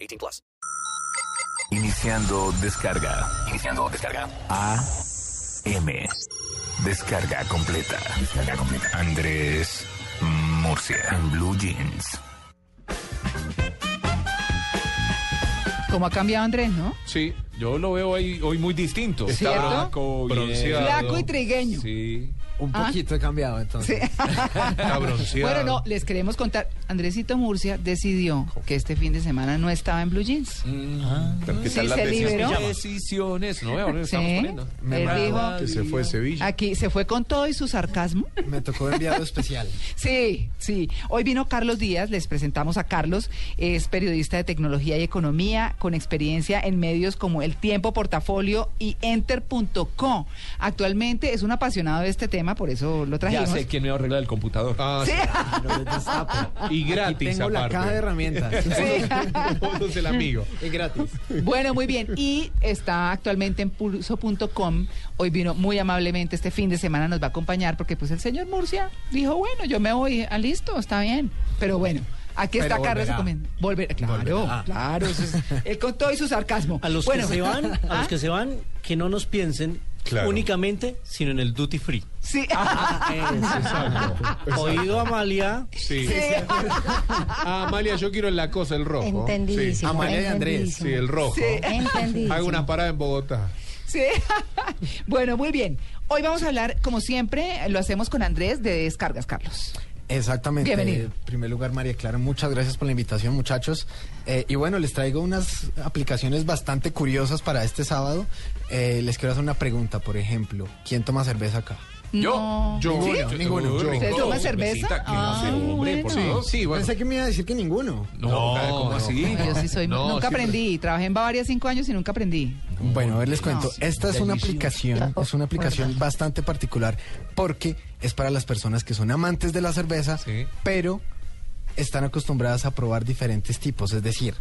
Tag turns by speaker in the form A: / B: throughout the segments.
A: 18 plus.
B: Iniciando descarga. Iniciando descarga. A M. Descarga completa. Descarga completa. Andrés Murcia. En Blue Jeans.
C: ¿Cómo ha cambiado Andrés, no?
D: Sí, yo lo veo hoy, hoy muy distinto.
C: ¿Cierto?
D: Flaco, bronceado.
C: Flaco y trigueño.
D: Sí,
E: Un poquito he cambiado entonces.
D: está bronceado.
C: Bueno, no, les queremos contar. Andresito Murcia decidió que este fin de semana no estaba en Blue Jeans.
D: Mm. ¿Qué
C: sí, se liberó.
D: decisiones? No, ahora
C: Sí,
D: estamos poniendo.
C: él dijo,
E: Que se fue Sevilla.
C: aquí se fue con todo y su sarcasmo.
E: Me tocó enviado especial.
C: Sí, sí. Hoy vino Carlos Díaz, les presentamos a Carlos, es periodista de tecnología y economía, con experiencia en medios como El Tiempo, Portafolio y Enter.co. Actualmente es un apasionado de este tema, por eso lo
D: Ya
C: trajimos.
D: sé quién me va a arreglar el computador.
E: Ah,
C: Sí.
E: no les destapo.
D: y
E: Aquí
D: gratis,
E: tengo la
D: aparte.
E: caja de herramientas.
D: Todos el amigo.
E: Es gratis.
C: Bueno, muy bien. Y está actualmente en pulso.com. Hoy vino muy amablemente, este fin de semana nos va a acompañar porque pues el señor Murcia dijo, bueno, yo me voy, ah, listo, está bien. Pero bueno, aquí está
E: Pero
C: Carlos
E: volverá.
C: Recomienda. Volver, claro,
E: Volverá.
C: claro. eso es- él con todo y su sarcasmo.
F: A los
C: Bueno.
F: que se van, a
C: ¿Ah?
F: los que se van, que no nos piensen
D: Claro.
F: únicamente, sino en el duty free.
C: Sí. ah,
F: Oído Amalia,
D: Sí.
C: Sí.
D: Ah, Amalia, yo quiero la cosa, el rojo.
G: Entendidísimo.
E: Amalia y Andrés,
D: Sí, el rojo.
G: Entendidísimo.
D: Hago una parada en Bogotá.
C: Sí. Bueno, muy bien. Hoy vamos a hablar, como siempre, lo hacemos con Andrés de Descargas, Carlos.
E: Exactamente.
C: Bienvenido.
E: En primer lugar, María Clara, muchas gracias por la invitación, muchachos. Eh, y bueno, les traigo unas aplicaciones bastante curiosas para este sábado. Eh, les quiero hacer una pregunta, por ejemplo. ¿Quién toma cerveza acá?
C: No.
D: Yo,
C: ¿Sí?
D: yo,
E: Ninguno,
D: yo.
E: yo.
C: ¿Ustedes
D: Rico,
C: toman cerveza?
D: cervecita, que
C: Ah,
D: no sé, hombre, por
C: bueno.
D: favor. Sí, bueno.
E: Pensé que me iba a decir que ninguno.
D: No, ¿cómo así?
C: No, Yo sí soy.
D: No,
C: nunca
D: sí,
C: aprendí. Trabajé en Bavaria cinco años y nunca aprendí.
E: Bueno, a ver, les cuento.
C: sí,
E: Esta es una
D: delicioso.
E: aplicación, es una aplicación bastante particular porque es para las personas que son amantes de la cerveza,
D: Sí.
E: pero están acostumbradas a probar diferentes tipos. Es decir,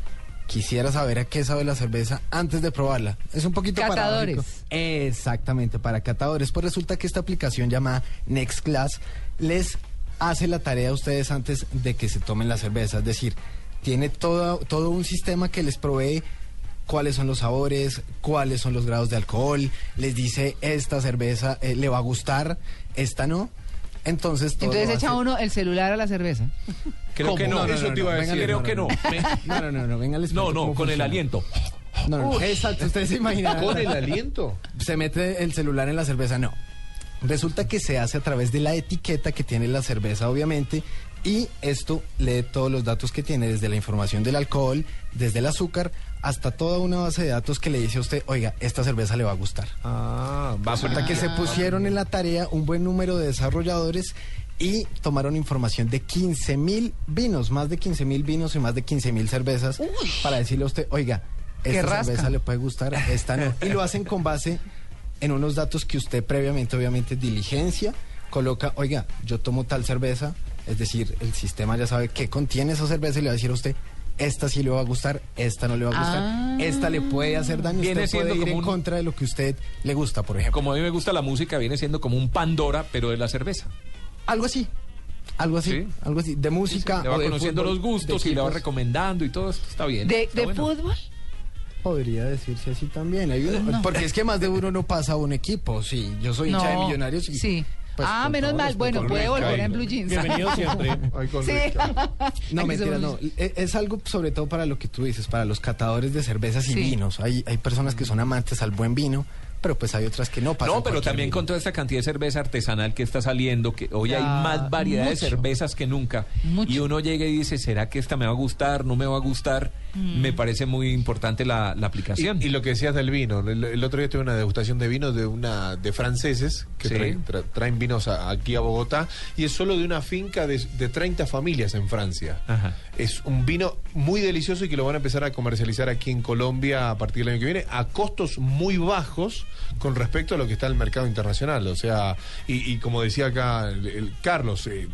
E: quisiera saber a qué sabe la cerveza antes de probarla. Es un poquito
C: Catadores.
E: paradójico. Exactamente, para catadores. Pues resulta que esta aplicación llamada Next Class les hace la tarea a ustedes antes de que se tomen la cerveza. Es decir, tiene todo, todo un sistema que les provee cuáles son los sabores, cuáles son los grados de alcohol, les dice esta cerveza eh, le va a gustar, esta no. Entonces, todo
C: Entonces
E: lo
C: echa
E: hace-
C: uno el celular a la cerveza.
D: Creo que no, eso te iba a
E: venga,
D: decir. Creo que no. Me-
E: No, no, no, no, venga, les
D: No,
E: cuento
D: no,
E: cómo
D: con el
E: funciona.
D: aliento.
E: No, no, no, exacto, ustedes se imaginan.
D: ¿Con el aliento?
E: se mete el celular en la cerveza, no. Resulta que se hace a través de la etiqueta que tiene la cerveza, obviamente, y esto lee todos los datos que tiene, desde la información del alcohol, desde el azúcar, hasta toda una base de datos que le dice a usted, oiga, esta cerveza le va a gustar.
D: Ah, va
E: Resulta que se pusieron en la tarea un buen número de desarrolladores y tomaron información de 15 mil vinos, más de 15 mil vinos y más de 15 mil cervezas para decirle a usted, oiga,
C: Qué
E: esta
C: rasca.
E: cerveza le puede gustar, esta no. Y lo hacen con base en unos datos que usted previamente, obviamente, diligencia, coloca, oiga, yo tomo tal cerveza, es decir, el sistema ya sabe qué contiene esa cerveza y le va a decir a usted, esta sí le va a gustar, esta no le va a gustar,
C: Ah.
E: esta le puede hacer daño,
D: Viene
E: usted
D: siendo
E: puede ir
D: como
E: en
D: un-
E: contra de lo que usted le gusta, por ejemplo.
D: Como a mí me gusta la música, viene siendo como un Pandora, pero de la cerveza.
E: Algo así. Algo así,
D: Sí.
E: algo así, de música.
D: Le
E: Ah, o
D: va
E: de
D: conociendo
E: fútbol,
D: los gustos
E: de
D: y le va
E: equipos.
D: recomendando y todo esto. Está bien.
C: ¿De,
D: está
C: de
D: bueno.
C: fútbol?
E: Podría decirse así también. hay uno- Porque es que más de uno no pasa a un equipo. Sí, yo soy hincha de millonarios. Y,
C: Sí.
E: pues,
C: ah,
E: con
C: menos
E: todo
C: mal.
E: respeto,
C: Bueno,
D: con
C: puede
D: Luis
C: volver
D: Caído.
C: en Blue Jeans.
D: siempre.
C: Sí.
E: No,
C: Aquí
E: mentira, no.
C: somos-
E: E- Es algo sobre todo para lo que tú dices, para los catadores de cervezas
C: Sí.
E: y vinos. Hay, hay personas que son amantes al buen vino, pero pues hay otras que no pasan.
D: No, pero
E: cualquier
D: también
E: mina.
D: con toda esta cantidad de cerveza artesanal que está saliendo, que hoy hay
C: Ya,
D: más variedad
C: Ah, mucho.
D: de cervezas que nunca.
C: Mucho.
D: Y uno llega y dice, ¿será que esta me va a gustar? ¿No me va a gustar?
C: Mm.
D: Me parece muy importante la, la
G: Y,
D: aplicación.
G: y lo que decías del vino, el, el otro día tuve una degustación de vino de una de franceses que
D: Sí.
G: traen, tra- traen vinos a- aquí a Bogotá y es solo de una finca de, de 30 familias en Francia.
D: Ajá.
G: Es un vino muy delicioso y que lo van a empezar a comercializar aquí en Colombia a partir del año que viene a costos muy bajos con respecto a lo que está en el mercado internacional. O sea, y, y como decía acá el- el Carlos, eh,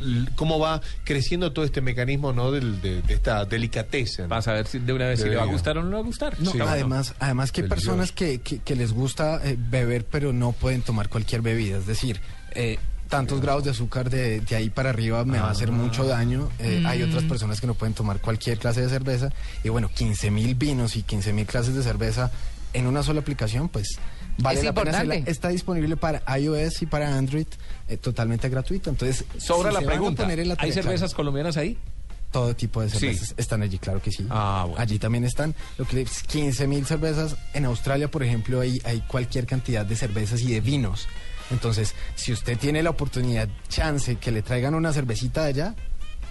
G: l- cómo va creciendo todo este mecanismo ¿no? del- de, de esta delicateza. ¿no?
D: Vas a ver si de una vez si le va a
G: Debería.
D: gustar o no le va a gustar.
E: No,
D: Sí, bueno.
E: además, además que hay
G: Delicioso.
E: personas que, que- que les gusta eh, beber pero no pueden tomar cualquier bebida. Es decir, eh, tantos grados de azúcar de, de ahí para arriba me va a hacer mucho
D: Ah.
E: daño. Eh, Hay otras
C: Mm.
E: personas que no pueden tomar cualquier clase de cerveza. Y bueno, 15 mil vinos y 15 mil clases de cerveza en una sola aplicación, pues vale
C: Es
E: la pena hacerla.
C: importante.
E: Está disponible para iOS y para Android eh, totalmente gratuito. Entonces,
D: Sobra
E: si
D: la
E: se van a
D: pregunta.
E: poner en la
D: ¿Hay
E: tarea, claro,
D: cervezas colombianas ahí?
E: todo tipo de
D: Sí.
E: cervezas están allí, claro que sí.
D: Ah, bueno.
E: Allí también están lo que es 15 mil cervezas. En Australia, por ejemplo, hay, hay cualquier cantidad de cervezas y de vinos. Entonces, si usted tiene la oportunidad, chance que le traigan una cervecita de allá,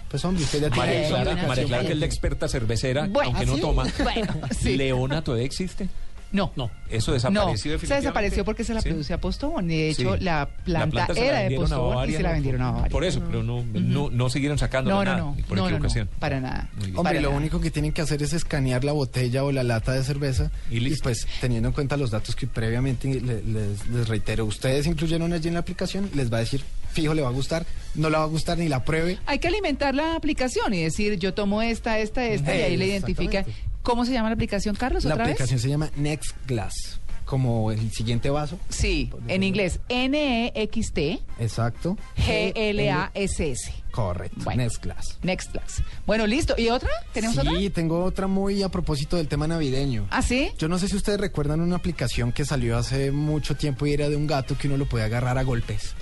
E: pues hombre, usted ya tiene
D: María
C: hay
E: esa
D: Clara,
C: una
D: María
E: aplicación
D: Clara, que es la
E: para-
D: experta cervecera,
C: Bueno,
D: aunque
C: ¿ah,
D: no
C: sí?
D: toma.
C: Bueno, sí.
D: ¿Leona todavía existe?
C: No,
F: No.
D: Eso
C: No,
D: desapareció
C: se desapareció porque se la
D: Sí.
C: produce a Postobón. De hecho,
D: Sí.
C: la planta,
D: planta se la
C: era de
D: vendieron a
C: Postobón y
D: Bavaria,
C: se la
D: ¿no?
C: vendieron a Bavaria.
D: Por eso, pero no, no, no siguieron sacando
C: No, no,
D: nada,
C: no,
D: por
C: no, no, no,
D: equivocación.
C: para nada.
D: Muy bien.
E: Hombre,
C: Para
E: lo
C: nada.
E: único que tienen que hacer es escanear la botella o la lata de cerveza
D: Y
E: y,
D: listo.
E: pues teniendo en cuenta los datos que previamente le- les, les reitero, ustedes incluyeron allí en la aplicación, les va a decir, fijo, le va a gustar, no la va a gustar ni la pruebe.
C: Hay que alimentar la aplicación y decir, yo tomo esta, esta, esta, y ahí le identifica.
E: Exactamente.
C: ¿Cómo se llama la aplicación, Carlos?
E: La
C: otra vez?
E: aplicación se llama Next Glass, como el siguiente vaso.
C: Sí, en inglés. N-E-X-T
E: Exacto.
C: G-L-A-S-S.
E: Correcto.
C: Bueno.
E: Next Glass.
C: Next class. Bueno, listo. ¿Y otra? ¿Tenemos
E: sí,
C: otra?
E: tengo otra muy a propósito del tema navideño.
C: ¿Ah, sí?
E: Yo no sé si ustedes recuerdan una aplicación que salió hace mucho tiempo y era de un gato que uno lo podía agarrar a golpes.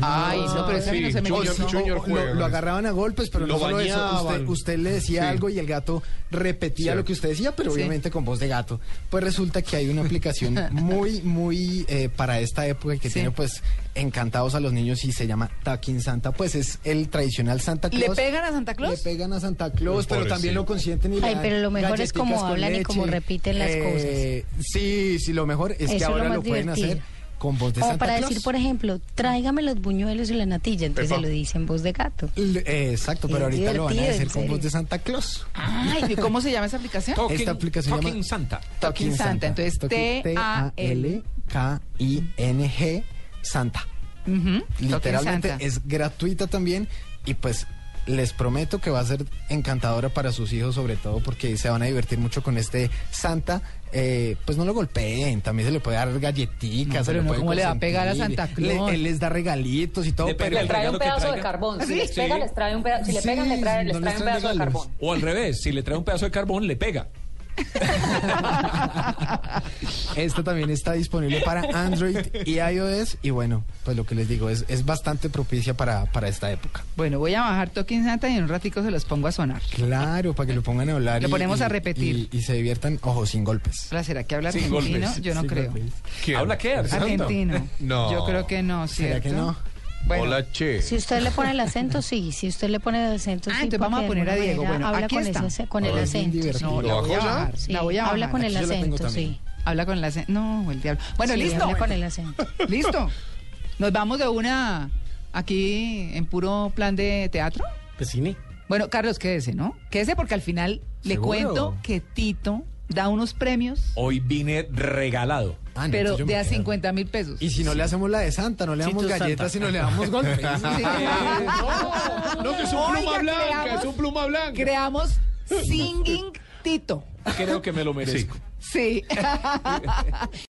C: Ay, no, pero esa a mí no
G: sí,
C: se me
G: yo-
C: ocurrió.
G: yo- yo- Junior
E: O
G: juega
E: lo,
G: con
E: lo
G: eso.
E: agarraban a golpes, pero
G: Lo
E: no solo eso.
G: bañaban.
E: Usted, usted le decía
G: Sí.
E: algo y el gato repetía
G: Sí.
E: lo que usted decía, pero
C: Sí.
E: obviamente con voz de gato. Pues resulta que hay una aplicación muy, muy eh, para esta época que
C: Sí.
E: tiene pues encantados a los niños y se llama Tucking Santa. Pues es el tradicional Santa Claus.
C: ¿Le pegan a Santa Claus?
E: Le pegan a Santa Claus, pero
G: Pobrecito.
E: también lo consienten y le
H: Ay,
E: dan
H: pero lo mejor es
E: galletitas
H: como
E: con
H: hablan y
E: leche.
H: como repiten las
E: cosas. Sí, sí, lo mejor es
H: Eso
E: que
H: es lo
E: ahora lo,
H: más
E: pueden
H: divertido.
E: hacer con voz de
H: o
E: Santa
H: para
E: Claus.
H: decir, por ejemplo, tráigame los buñuelos y la natilla, entonces se lo dicen voz de gato.
E: L- eh, Exacto, pero
H: Es
E: ahorita lo van a
H: divertido,
E: hacer
H: en
E: con
H: serio.
E: voz de Santa Claus.
C: Ay, ¿y cómo se llama esa aplicación?
D: Talking,
E: Esta aplicación
D: Talking
E: llama-
D: Santa.
C: Talking Santa, entonces,
E: Talking-
C: T-A-L-
E: T-A-L-K-I-N-G Santa.
C: Ujú,
E: Literalmente
C: Toquen Santa.
E: es gratuita también y pues les prometo que va a ser encantadora para sus hijos sobre todo porque se van a divertir mucho con este Santa. Eh, pues no lo golpeen, también se le puede dar galletitas.
C: No,
E: se
C: pero
E: le
C: no,
E: puede
C: ¿cómo le va a
E: consentir,
C: pegar a Santa
E: le-
C: Claus?
E: él les da regalitos y todo,
D: Le pega
E: pero...
D: el regalo.
I: trae un
D: que
I: pedazo de
D: traiga.
I: carbón.
C: ¿Sí?
I: Si les pega,
D: Sí.
I: les trae un pedazo. Si le
E: Sí,
I: pegan, le trae, les
E: no les
I: trae un
E: traen
I: pedazo de
E: regalos.
I: carbón.
D: O al revés, si le trae un pedazo de carbón, le pega.
E: Esta también está disponible para Android y iOS. Y bueno, pues lo que les digo es, es bastante propicia para, para esta época.
C: Bueno, voy a bajar Token Santa y en un ratico se los pongo a sonar.
E: Claro, para que lo pongan a hablar.
C: Lo
E: y-
C: ponemos
E: y-
C: a repetir.
E: Y, y se diviertan, ojo, sin golpes.
C: Hola, ¿Será que habla
D: Sin
C: argentino?
D: golpes,
C: Yo no
E: Sin
C: creo.
E: golpes.
G: ¿Quién?
D: ¿Habla qué? Alessandra?
C: Argentino.
G: No.
C: Yo creo que no, ¿cierto?
E: ¿Será que no?
C: Bueno,
G: Hola, che.
H: Si usted le pone el acento, sí. Si usted le pone el acento,
C: Ah,
H: sí.
C: entonces vamos
H: porque
C: a
H: de
C: poner a
H: alguna
C: Diego.
H: manera
C: Bueno,
H: habla
C: aquí
H: con,
C: está.
H: ese- con
G: Ah,
H: el
G: es
E: bien
H: acento.
E: divertido. Ah,
C: no,
G: ¿Lo
C: la voy a
G: bajó ya?
C: bajar.
H: Sí,
C: La voy a
H: habla
C: bajar.
H: con el
E: Yo la tengo
H: acento,
E: también.
H: sí.
C: Habla con el acento. No, el diablo. Bueno,
H: Sí,
C: listo.
H: Habla con el acento.
C: Listo. Nos vamos de una aquí en puro plan de teatro.
F: Pues cine.
C: Bueno, Carlos, quédese, ¿no? Quédese porque al final le
D: ¿Seguro?
C: cuento que Tito da unos premios,
D: Hoy vine regalado.
E: Ah, no,
C: pero
E: entonces yo me
C: de a
E: quedo.
C: 50 mil pesos.
E: Y si no le hacemos la de Santa, no le damos
F: Chito
E: galletas,
F: Santa.
E: sino le damos golpes.
C: Sí.
G: No, no, que es un pluma
C: Oiga,
G: blanca,
C: creamos-
G: es un pluma blanca.
C: Creamos Singing Tito.
D: Creo que me lo merezco.
C: Sí.